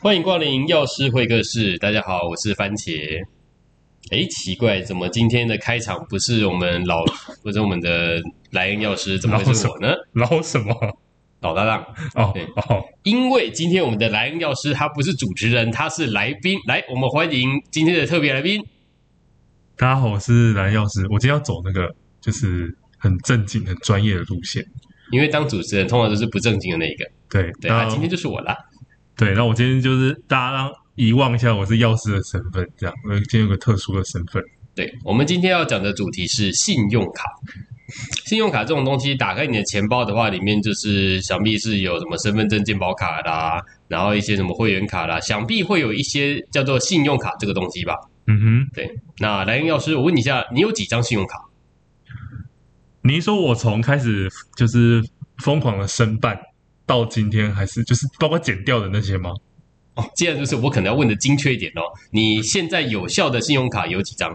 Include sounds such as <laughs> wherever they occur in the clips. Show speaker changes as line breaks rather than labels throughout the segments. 欢迎光临药师会客室，大家好，我是番茄。哎，奇怪，怎么今天的开场不是我们老， <laughs> 不是我们的莱恩药师，怎么会是我呢？
捞什么？
老搭档，
哦
对
哦，
因为今天我们的莱恩药师他不是主持人，他是来宾。来，我们欢迎今天的特别来宾。
大家好，我是蓝药师，我今天要走那个就是很正经、很专业的路线。
因为当主持人通常都是不正经的那一个，
对，
对
那
啊，今天就是我啦。
对，那我今天就是大家让遗忘一下我是药师的身份，这样，我今天有个特殊的身份。
对，我们今天要讲的主题是信用卡。信用卡这种东西，打开你的钱包的话，里面就是想必是有什么身份证、健保卡啦，然后一些什么会员卡啦，想必会有一些叫做信用卡这个东西吧。
嗯哼，
那莱恩药师，我问你一下，你有几张信用卡？
你说我从开始就是疯狂的申办到今天，还是就是包括减掉的那些吗？
哦，既然就是我可能要问的精确一点哦，你现在有效的信用卡有几张？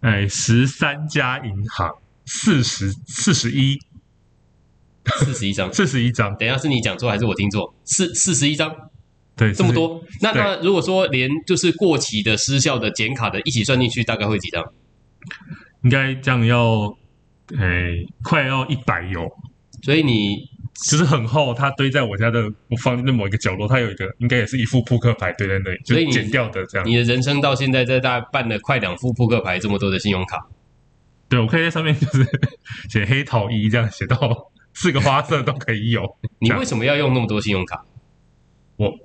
哎，十三家银行，四十四十一
四十一张。
四十一张，
等一下是你讲错还是我听错？四四十一张。
对，
这么
41
多。那
对
那如果说连就是过期的、失效的、减卡的一起算进去，大概会几张？
应该这样要，诶、快要一百有，
所以你
就是很厚，它堆在我家的，我房间的某一个角落，它有一个，应该也是一副扑克牌堆在那里，就
所以
是
你
剪掉的这样。
你的人生到现在在大概办了快两副扑克牌这么多的信用卡，
对，我可以在上面就是写黑桃一这样写到四个花色都可以有。
你
这样
为什么要用那么多信用卡？
我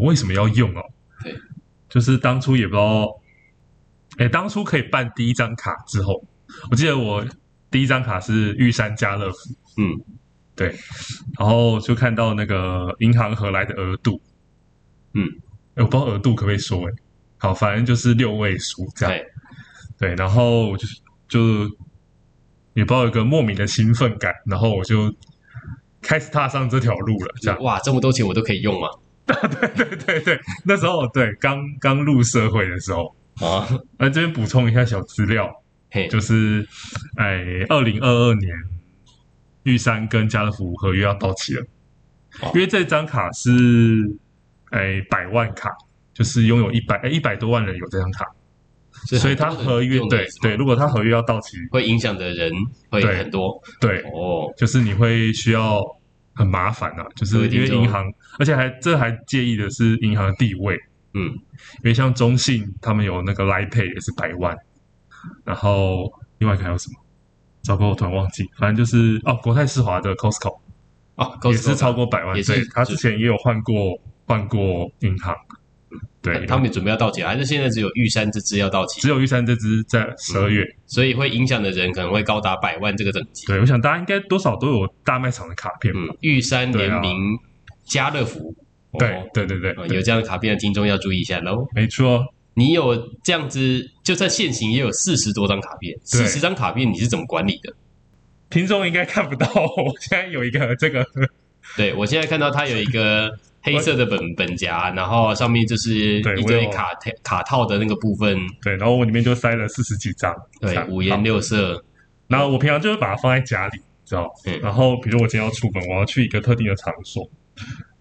为什么要用哦？
对，
就是当初也不知道，哎，当初可以办第一张卡之后，我记得我第一张卡是玉山家乐福，
嗯，
对，然后就看到那个银行合来的额度，哎
嗯
诶，我不知道额度可不可以说，哎，好，反正就是啊六位数这样
对，
对，然后我就就也不知道有一个莫名的兴奋感，然后我就开始踏上这条路了，这样。
哇，这么多钱我都可以用吗？
对对对，那时候对刚刚入社会的时候，
<laughs> 啊，
那这边补充一下小资料，
嘿，
就是，哎，二零二二年玉山跟家乐福合约要到期了，
哦
因为这张卡是哎百万卡，就是拥有一百哎一百多万人有这张卡，所以它合约
啊用的
对
意思吗
对，如果它合约要到期，
会影响的人会
对
很多
对，
哦。
就是你会需要很麻烦啊，就是因为银行，而且还这还介意的是银行的地位，
嗯，
因为像中信他们有那个 Line Pay 也是百万，然后另外一个还有什么？糟糕，我突然忘记，反正就是哦，国泰世华的 Costco
啊，
也是超过百万，
也是
对，他
是
之前也有换过换过银行，对，
他们准备要到期了，还是现在只有玉山这支要到期，
只有玉山这支在十二月，
所以会影响的人可能会高达百万这个等级。
对，我想大家应该多少都有大卖场的卡片吧，
嗯，玉山
对
联
啊
名家乐福，哦
对对对对
呃
对，
有这样的卡片的听众要注意一下喽。
没错，
你有这样子，就算现行也有四十多张卡片，
对
四十张卡片你是怎么管理的？
听众应该看不到，我现在有一个这个， <laughs>
对我现在看到它有一个黑色的本本夹，然后上面就是
对
一
我
堆
有
卡套卡套的那个部分，
对，然后我里面就塞了四十几张，
对，五颜
好。
六色，
然后我平常就会把它放在家里，知道。
嗯
然后比如我今天要出门，我要去一个特定的场所，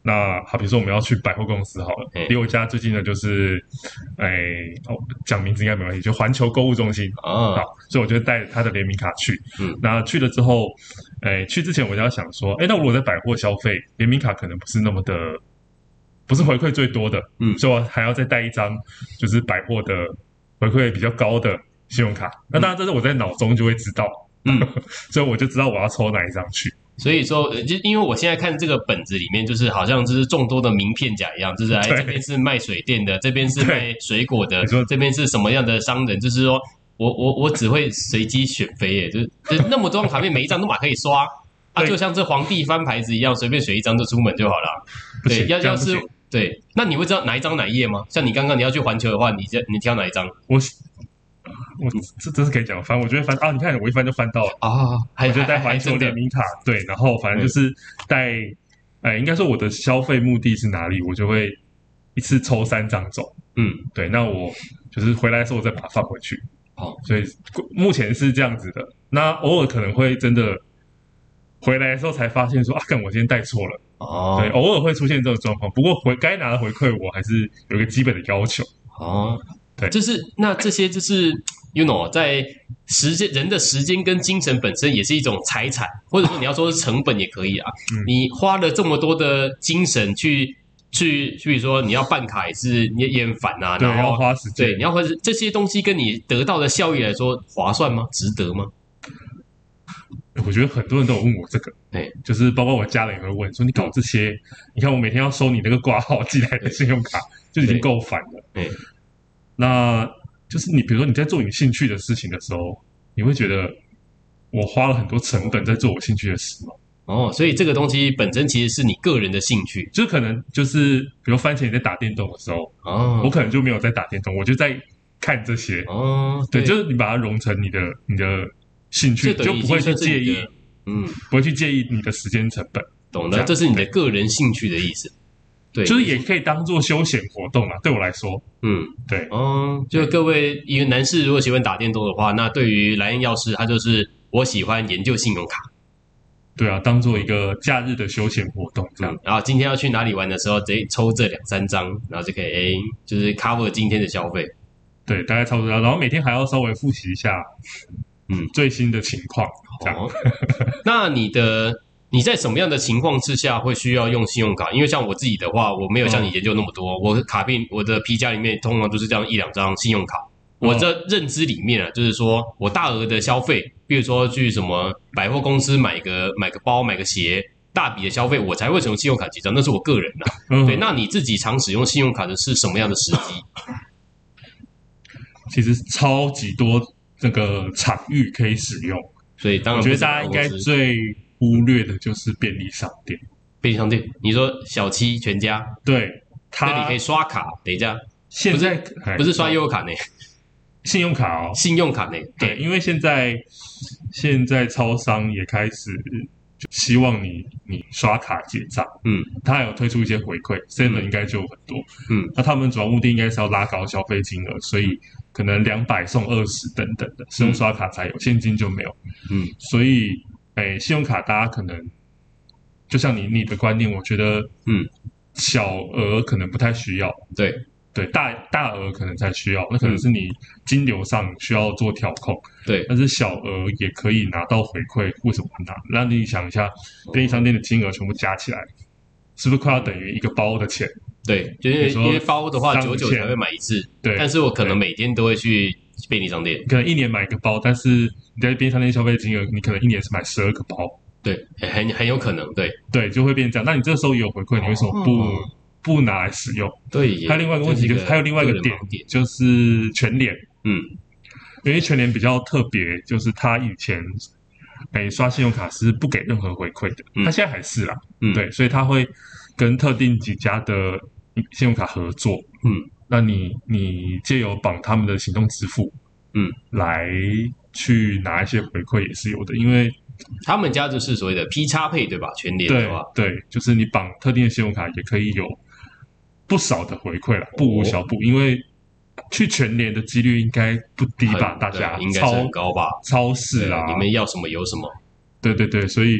那好，比如说我们要去百货公司好了
嗯，
离我家最近的就是，哎，哦，讲名字应该没关系，就环球购物中心。
啊，
好，所以我就带着他的联名卡去。
嗯
那去了之后，哎，去之前我就要想说，哎，那如果在百货消费，联名卡可能不是那么的，不是回馈最多的，
嗯
所以我还要再带一张就是百货的回馈比较高的信用卡。那当然，这是我在脑中就会知道，
嗯，
所以我就知道我要抽哪一张去。
所以说，呃就因为我现在看这个本子里面，就是好像就是众多的名片夹一样，
<laughs>
就是哎，
对
这边是卖水电的，这边是卖水果的
没错，
这边是什么样的商人，就是说我我我只会随机选妃耶，就是就是那么多张卡片，每一张都马可以
<laughs>
刷。啊，
对
就像这皇帝翻牌子一样，随便选一张就出门就好了。
不
对，
行，
要
这
要
样不
是
行
对，那你会知道哪一张哪一页吗？像你刚刚你要去环球的话，你这你挑哪一张
我我这真是可以讲翻，我觉得翻啊，你看我一翻就翻到了。
啊？还
我就
还
带
还
环球
真的
联名卡，对，然后反正就是带，哎、应该说我的消费目的是哪里，我就会一次抽三张走，
嗯，
对，那我就是回来的时候我再把它放回去，
好
所以目前是这样子的，那偶尔可能会真的回来的时候才发现说啊，干我今天带错了。
哦
对，偶尔会出现这种状况，不过回该拿的回馈我还是有一个基本的要求。
哦，
对
就是那这些就是 you know，在时间人的时间跟精神本身也是一种财产，或者说你要说是成本也可以啊。
嗯
你花了这么多的精神去去，去比如说你要办卡也是也也很烦啊，
对，
然
要
后。
花时间
对，你。要或者这些东西跟你得到的效益来说，划算吗？值得吗？
我觉得很多人都有问我这个，
对，
就是包括我家人也会问说你搞这些，你看我每天要收你那个挂号寄来的信用卡，就已经够烦了。
对，
那就是你比如说你在做你兴趣的事情的时候，你会觉得我花了很多成本在做我兴趣的事吗？
哦，所以这个东西本身其实是你个人的兴趣
就可能就是比如番茄你在打电动的时候，我
哦
可能就没有在打电动，我就在看这些。
哦，
对，就是你把它融成你的你的兴趣，
这
就
等于
不会去
算是
介
你
意
的，嗯，
不会去介意你的时间成本。
懂了，
这样
这是你的个人兴趣的意思。对，
就是也可以当做休闲活动啊啦。对我来说，
嗯，
对
哦，就是各位一个男士如果喜欢打电动的话，那对于莱恩药师，他就是我喜欢研究信用卡。
对啊，当做一个假日的休闲活动这样。
嗯，然后今天要去哪里玩的时候，直接抽这两三张，然后就可以哎，就是 cover 今天的消费。
对，大概差不多。然后每天还要稍微复习一下，
嗯
最新的情况这样。 <laughs>
哦，那你的你在什么样的情况之下会需要用信用卡？因为像我自己的话，我没有像
嗯
你研究那么多，我卡片我的皮夹里面通常都是这样一两张信用卡。我
嗯
这认知里面啊，就是说我大额的消费，比如说去什么百货公司买个买个包、买个鞋，大笔的消费，我才会使用信用卡结账，那是我个人呐、
嗯
对，那你自己常使用信用卡的是什么样的时
<laughs>
机？
其实超级多那个场域可以使用。
所以当
我
然
觉
不啊
得
是
大
百货公
家应该
司，
最忽略的就是便利商店。
便利商店，你说小七全家，
对，
那你
它
可以刷卡，等一下
现在哎
不是刷悠游卡呢，
信用卡哦，
信用卡呢？
对，，因为现在现在超商也开始就希望你你刷卡结账，
嗯，
它还有推出一些回馈，seven 应该就有很多，
嗯，
那他们主要目的应该是要拉高消费金额，所以可能两百送二十等等的，是用刷卡才有，现金就没有，
嗯，
所以诶，信用卡大家可能就像你你的观念，我觉得
嗯，
小额可能不太需要，
对，
对，大大额可能才需要，那可能是你金流上需要做调控。
对，
但是小额也可以拿到回馈，为什么不拿？那你想一下，便利商店的金额全部加起来，是不是快要等于一个包的钱？
对，就是因为
你说
因为包的话，
上
九九
线
才会买一次，
对，
但是我可能每天都会去便利商店。
可能一年买一个包，但是你在便利商店消费金额，你可能一年是买十二个包，
对，很很很有可能，对
对，就会变这样。那你这时候也有回馈，你为什么不、
哦
不拿来使用？
对耶。
还有另外一个问题，
这
就是还有另外一个
人
点
盲点，
就是全脸，
嗯，
因为全脸比较特别，就是他以前哎刷信用卡是不给任何回馈的，
嗯
他现在还是啦，
嗯
对，所以他会跟特定几家的信用卡合作，
嗯，
那你你借由绑他们的行动支付，
嗯，
来去拿一些回馈也是有的，因为
他们家就是所谓的 P 叉配，对吧？全联
对
的话，
对，就是你绑特定的信用卡也可以有不少的回馈了，不无
哦
小补，因为去全联的几率应该不低
很
吧？大家
对应该是
超
很高吧？
超市
对
啊，
里面要什么有什么。
对对对，所以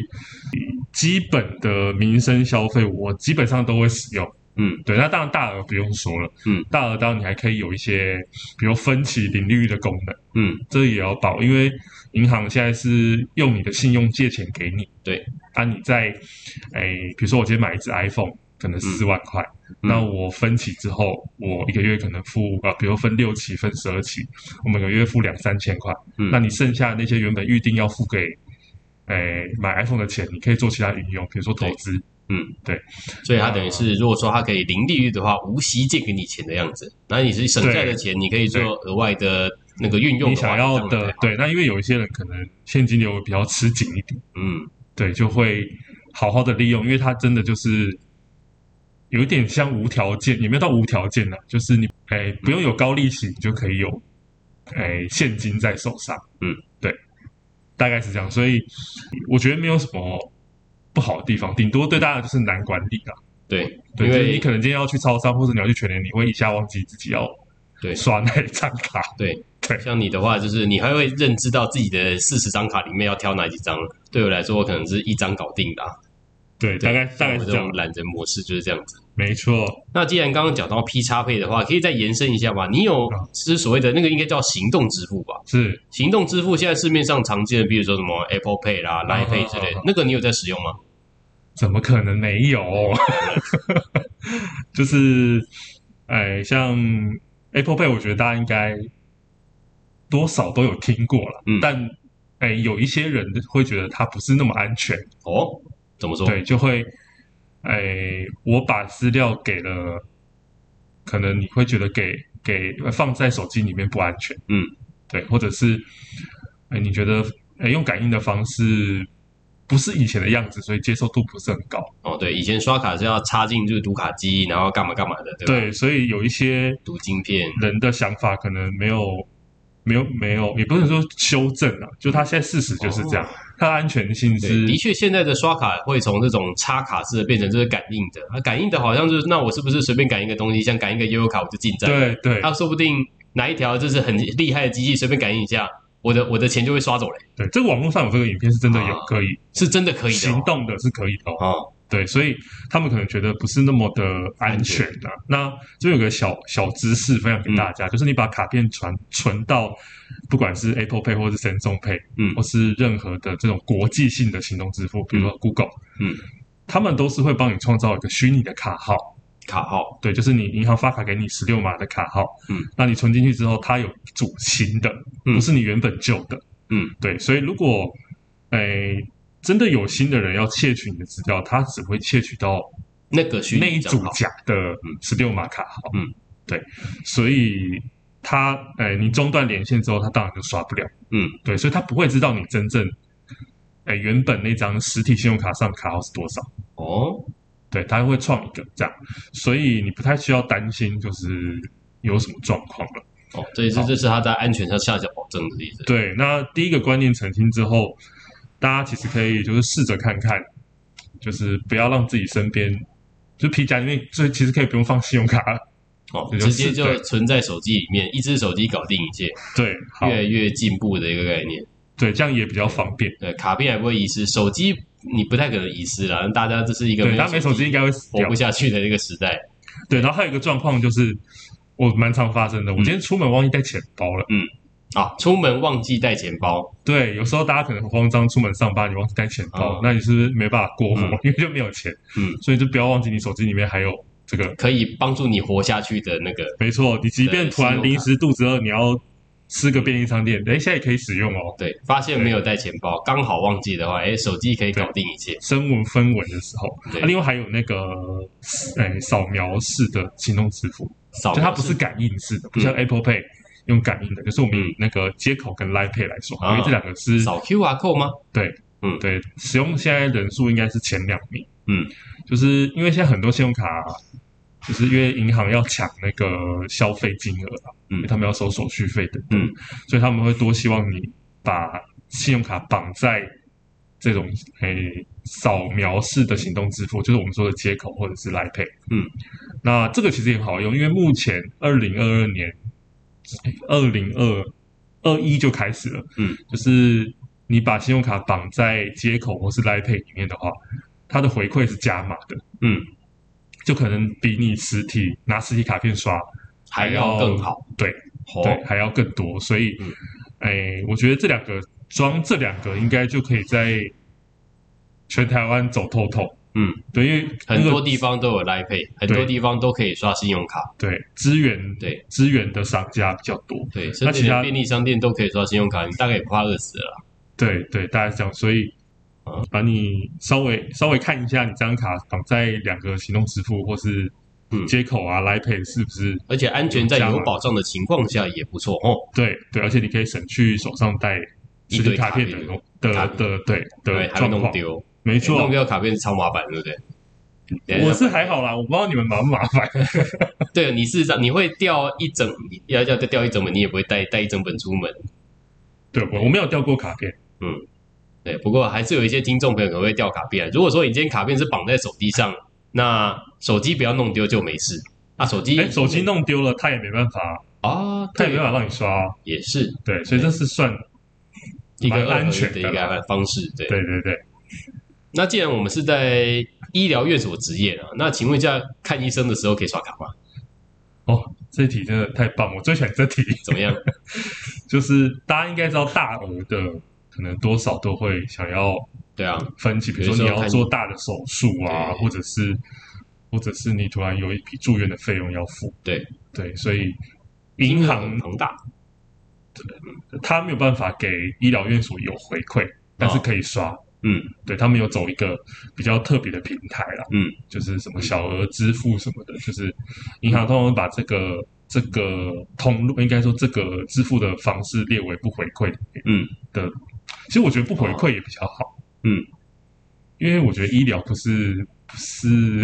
基本的民生消费我基本上都会使用。
嗯，
对，那当然大额不用说了，
嗯，
大额当然你还可以有一些，比如分期领利率的功能，
嗯，
这也要保，因为银行现在是用你的信用借钱给你，
对，
啊，你在，哎，比如说我今天买一只 iPhone，可能四万块，
嗯
那我分期之后，我一个月可能付啊，比如分六期，分十二期，我每个月付两三千块，
嗯
那你剩下的那些原本预定要付给，哎，买 iPhone 的钱，你可以做其他运用，比如说投资，
所以
啊
它等于是，如果说它可以零利率的话，无息借给你钱的样子。那你是省下来的
对
钱，你可以做
对
额外的那个运用
你
的话
想要
这样
的
才，
对，那因为有一些人可能现金流比较吃紧一点，
嗯，
对，就会好好的利用，因为它真的就是有一点像无条件，也没有到无条件呢、就是你哎不用有高利息，你就可以有哎现金在手上，
嗯，
对，大概是这样，所以我觉得没有什么不好的地方，顶多对大家就是难管理啊，
对，
对，
因
就是你
为
可能今天要去超商或者你要去全联，你会一下忘记自己要
对
刷那一张卡，
对，
对
像你的话，就是你还会认知到自己的四十张卡里面要挑哪几张。对我来说，我可能是一张搞定的、啊。
对，大概大概
我
是
这
这样
种，懒人模式就是这样子。
没错。
那既然刚刚讲到 P 叉配的话，可以再延伸一下吧。你有
嗯
是所谓的那个应该叫行动支付吧？
是
行动支付现在市面上常见的，比如说什么 Apple Pay 啦、Line Pay 之类
嗯嗯
的
嗯，
那个你有在使用吗？
怎么可能没有？ <laughs> 就是，哎，像 Apple Pay，我觉得大家应该多少都有听过了，
嗯
但哎，有一些人会觉得它不是那么安全，
哦，怎么说？
对，就会，哎，我把资料给了，可能你会觉得给给放在手机里面不安全，
嗯，
对，或者是，哎，你觉得哎用感应的方式不是以前的样子，所以接受度不是很高。
哦，对，以前刷卡是要插进就是读卡机，然后干嘛干嘛的，对吧？
对，所以有一些
读晶片，
人的想法可能没有没有没有，也不能说修正啊，就他现在事实就是这样，它的安全性
哦对，
是
的确，现在的刷卡会从这种插卡式的变成就是感应的，啊，感应的好像就是那我是不是随便感应个东西，像感应个悠悠卡我就进站，
对对
他、说不定哪一条就是很厉害的机器随便感应一下，我的我的钱就会刷走嘞，
对，这个网络上有这个影片是真的有
啊
可以
是真的可以的、
行动的，是可以的哦。
哦，
对，所以他们可能觉得不是那么的安全啊。那这边有个小小知识分享给
嗯
大家，就是你把卡片传存到不管是 Apple Pay 或是 Samsung Pay，
嗯
或是任何的这种国际性的行动支付，比如说 Google，
嗯，
他们都是会帮你创造一个虚拟的卡号。
卡号，
对，就是你银行发卡给你十六码的卡号，
嗯，
那你存进去之后，它有主新的，
嗯
不是你原本旧的，
嗯，
对，所以如果，诶、真的有心的人要窃取你的资料，他只会窃取到
那个虚
那
拟
一
账
组
号，
假的十六码卡号，
嗯，
对，所以他，诶、你中断连线之后，他当然就刷不了，
嗯，
对，所以他不会知道你真正，诶、原本那张实体信用卡上卡号是多少。
哦，
对，它会创一个这样，所以你不太需要担心就是有什么状况了。
哦，这也是
好
这是他在安全上下下保证的意思。
对，那第一个观念澄清之后，大家其实可以就是试着看看，就是不要让自己身边，就皮夹里面，所以其实可以不用放信用卡了。
哦，
这就
直
是
接就
对
存在手机里面，一只手机搞定一切，
对，好
越，来越进步的一个概念。
对，这样也比较方便。
对，卡片还不会遗失，手机你不太可能遗失啦。大家这是一个
对，
没
大家没
有
手机应该会死
活
掉
不。下去的一个时代。
对，然后还有一个状况就是，我蛮常发生的，我
嗯
今天出门忘记带钱包了。
啊，出门忘记带钱包，
对，有时候大家可能很慌张，出门上班你忘记带钱包，
哦
那你是不是没办法过活，
嗯
因为就没有钱。
嗯，
所以就不要忘记你手机里面还有这个。
可以帮助你活下去的那个。
没错，你即便
对
突然临时肚子饿，你要吃个便利商店，哎，现在也可以使用哦。
对，发现没有带钱包，刚好忘记的话，哎，手机可以搞定一切。
声纹分文的时候，
对
啊另外还有那个，哎，扫描式的行动支付，
扫
就
描嗯
它不是感应式的，不像 Apple Pay 用感应的，就是我们以那个接口跟 Line Pay 来说，
啊
因为这两个是
扫 QR code 吗？
对，
嗯
对，使用现在人数应该是前两名，
嗯，
就是因为现在很多信用卡、就是因为银行要抢那个消费金额啊，
嗯
因为他们要收手续费等等，
嗯
所以他们会多希望你把信用卡绑在这种诶扫描式的行动支付，就是我们说的接口或者是 Line Pay，
嗯，
那这个其实也很好用，因为目前二零二二年，二零二二一就开始了，
嗯，
就是你把信用卡绑在接口或是 Line Pay 里面的话，它的回馈是加码的，
嗯，
就可能比你实体拿实体卡片刷
还要
要
更好。，
对、
哦，
对，还要更多。所以
嗯，
哎、我觉得这两个装这两个应该就可以在全台湾走透透。
嗯，
对，因为
很
那
多
个
地方都有 l i Pay，很多
对
地方都可以刷信用卡。
对资源
对
资源的商家比较多。
对，甚
那
至
其
连
他
便利商店都可以刷信用卡，你大概也不怕饿死了啦。
对对，大概是这样，所以
嗯
把你稍微稍微看一下你这张卡绑在两个行动支付或是
嗯
接口啊、来 Pay 是不是？
而且安全在
有加
有
码
保障的情况下也不错哦。
对对，而且你可以省去手上带
一
实
堆
体卡
卡
片的
片
的
卡片
的对的
对，还会
状
弄
况，
丢，
没
欸弄
错。
丢卡片是超麻烦，对不对？
我是还好啦，我不知道你们麻不
<laughs>
麻烦。
对，你事实上你会掉一整，要要再掉一整本，你也不会带带一整本出门。
对，我我没有掉过卡片，
对，不过还是有一些听众朋友可能会掉卡片。如果说你今天卡片是绑在手机上，那手机不要弄丢就没事。那手机
哎哎，手机弄丢了，他也没办法
啊，
他也
对
没，办法让你刷啊、
也是
对，所以这是算
一个
蛮
二合
安
一
全
的
的
一个
啦
安方式，对。
对对对，
那既然我们是在医疗院所职业啊，那请问一下，看医生的时候可以刷卡吗？
哦，这题真的太棒，我最喜欢这题，
怎么样？
<laughs> 就是大家应该知道大额的可能多少都会想要
对啊，
分期，比如
有时
说你
候
要
看
做大的手术啊，
对
或者是或者是你突然有一笔住院的费用要付，
对
对，所以银行
很庞大，
它没有办法给医疗院所有回馈，但是可以刷，
嗯，
对他们有走一个比较特别的平台啦，
嗯，
就是什么小额支付什么的，就是银行通常会把这个这个通路，应该说这个支付的方式列为不回馈，
嗯哦
的，其实我觉得不回馈也比较好，
嗯，
因为我觉得医疗不是不是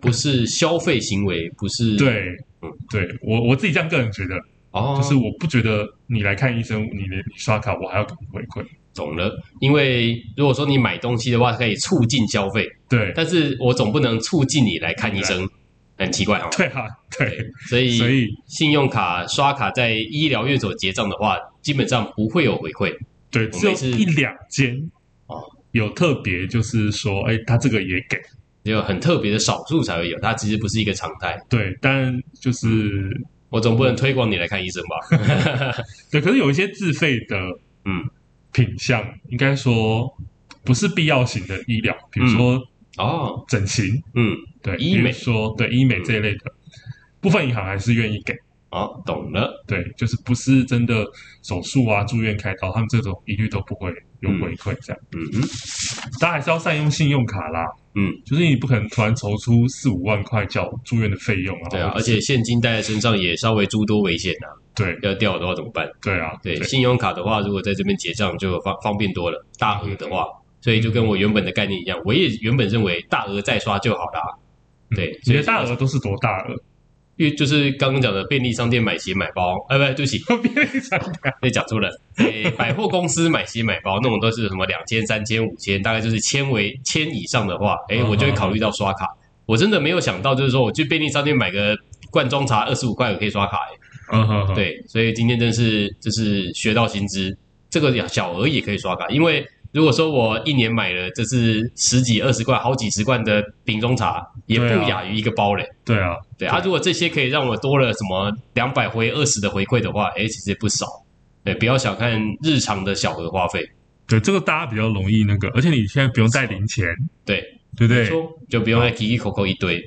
不是消费行为，不是
对
嗯。
对我我自己这样个人觉得，
哦，
就是我不觉得你来看医生，你的你刷卡，我还要给你回馈。
懂了。因为如果说你买东西的话，可以促进消费，
对，
但是我总不能促进你来看医生，很奇怪哈、哦
对啊，对，
所以，
所以
信用卡刷卡在医疗院所结账的话，基本上不会有回馈。
对，
我
只有
每次
一两间
哦
有特别，就是说，哎，他这个也给，
只有很特别的少数才会有，它其实不是一个常态。
对，但就是
我总不能推广你来看医生
<laughs>
吧？
对，可是有一些自费的，
嗯，
品项应该说不是必要型的医疗，比如说
哦，
整形，
嗯，
对，
医美嗯
比如说对医美这一类的，部分银行还是愿意给，
哦，懂了，
对，就是不是真的手术啊、住院开刀，他们这种一律都不会有回馈这样。
嗯哼，
大家还是要善用信用卡啦。
嗯，
就是你不可能突然筹出四五万块缴住院的费用啊。
对啊，
或
而
者是
且现金带在身上也稍微诸多危险啊，
对
要掉的话怎么办？
对啊，
对，信用卡的话，如果在这边结账就方方便多了，大额的话，所以就跟我原本的概念一样，我也原本认为大额再刷就好啦。对
嗯你的大额都是多大额？ <laughs>
因为就是刚刚讲的便利商店买鞋买包，哎，不对，对不起， <laughs>
便利商店
被讲错了。哎，百货公司买鞋买包那种都是什么两千、三千、五千，大概就是千为千以上的话，哎，
嗯
我就会考虑到刷卡。我真的没有想到，就是说我去便利商店买个罐装茶二十五块，我可以刷卡、哎
嗯哼哼，
对，所以今天真是就是学到新知，这个小额也可以刷卡，因为如果说我一年买了就是十几、二十罐、好几十罐的瓶中茶，也不
对啊
亚于一个包嘞。
对啊，
对啊，如果这些可以让我多了什么两百回二十的回馈的话，哎，其实也不少。对，不要小看日常的小额花费，
对这个大家比较容易那个，而且你现在不用带零钱，
对，
对不对？
说就不用再提提口口一堆。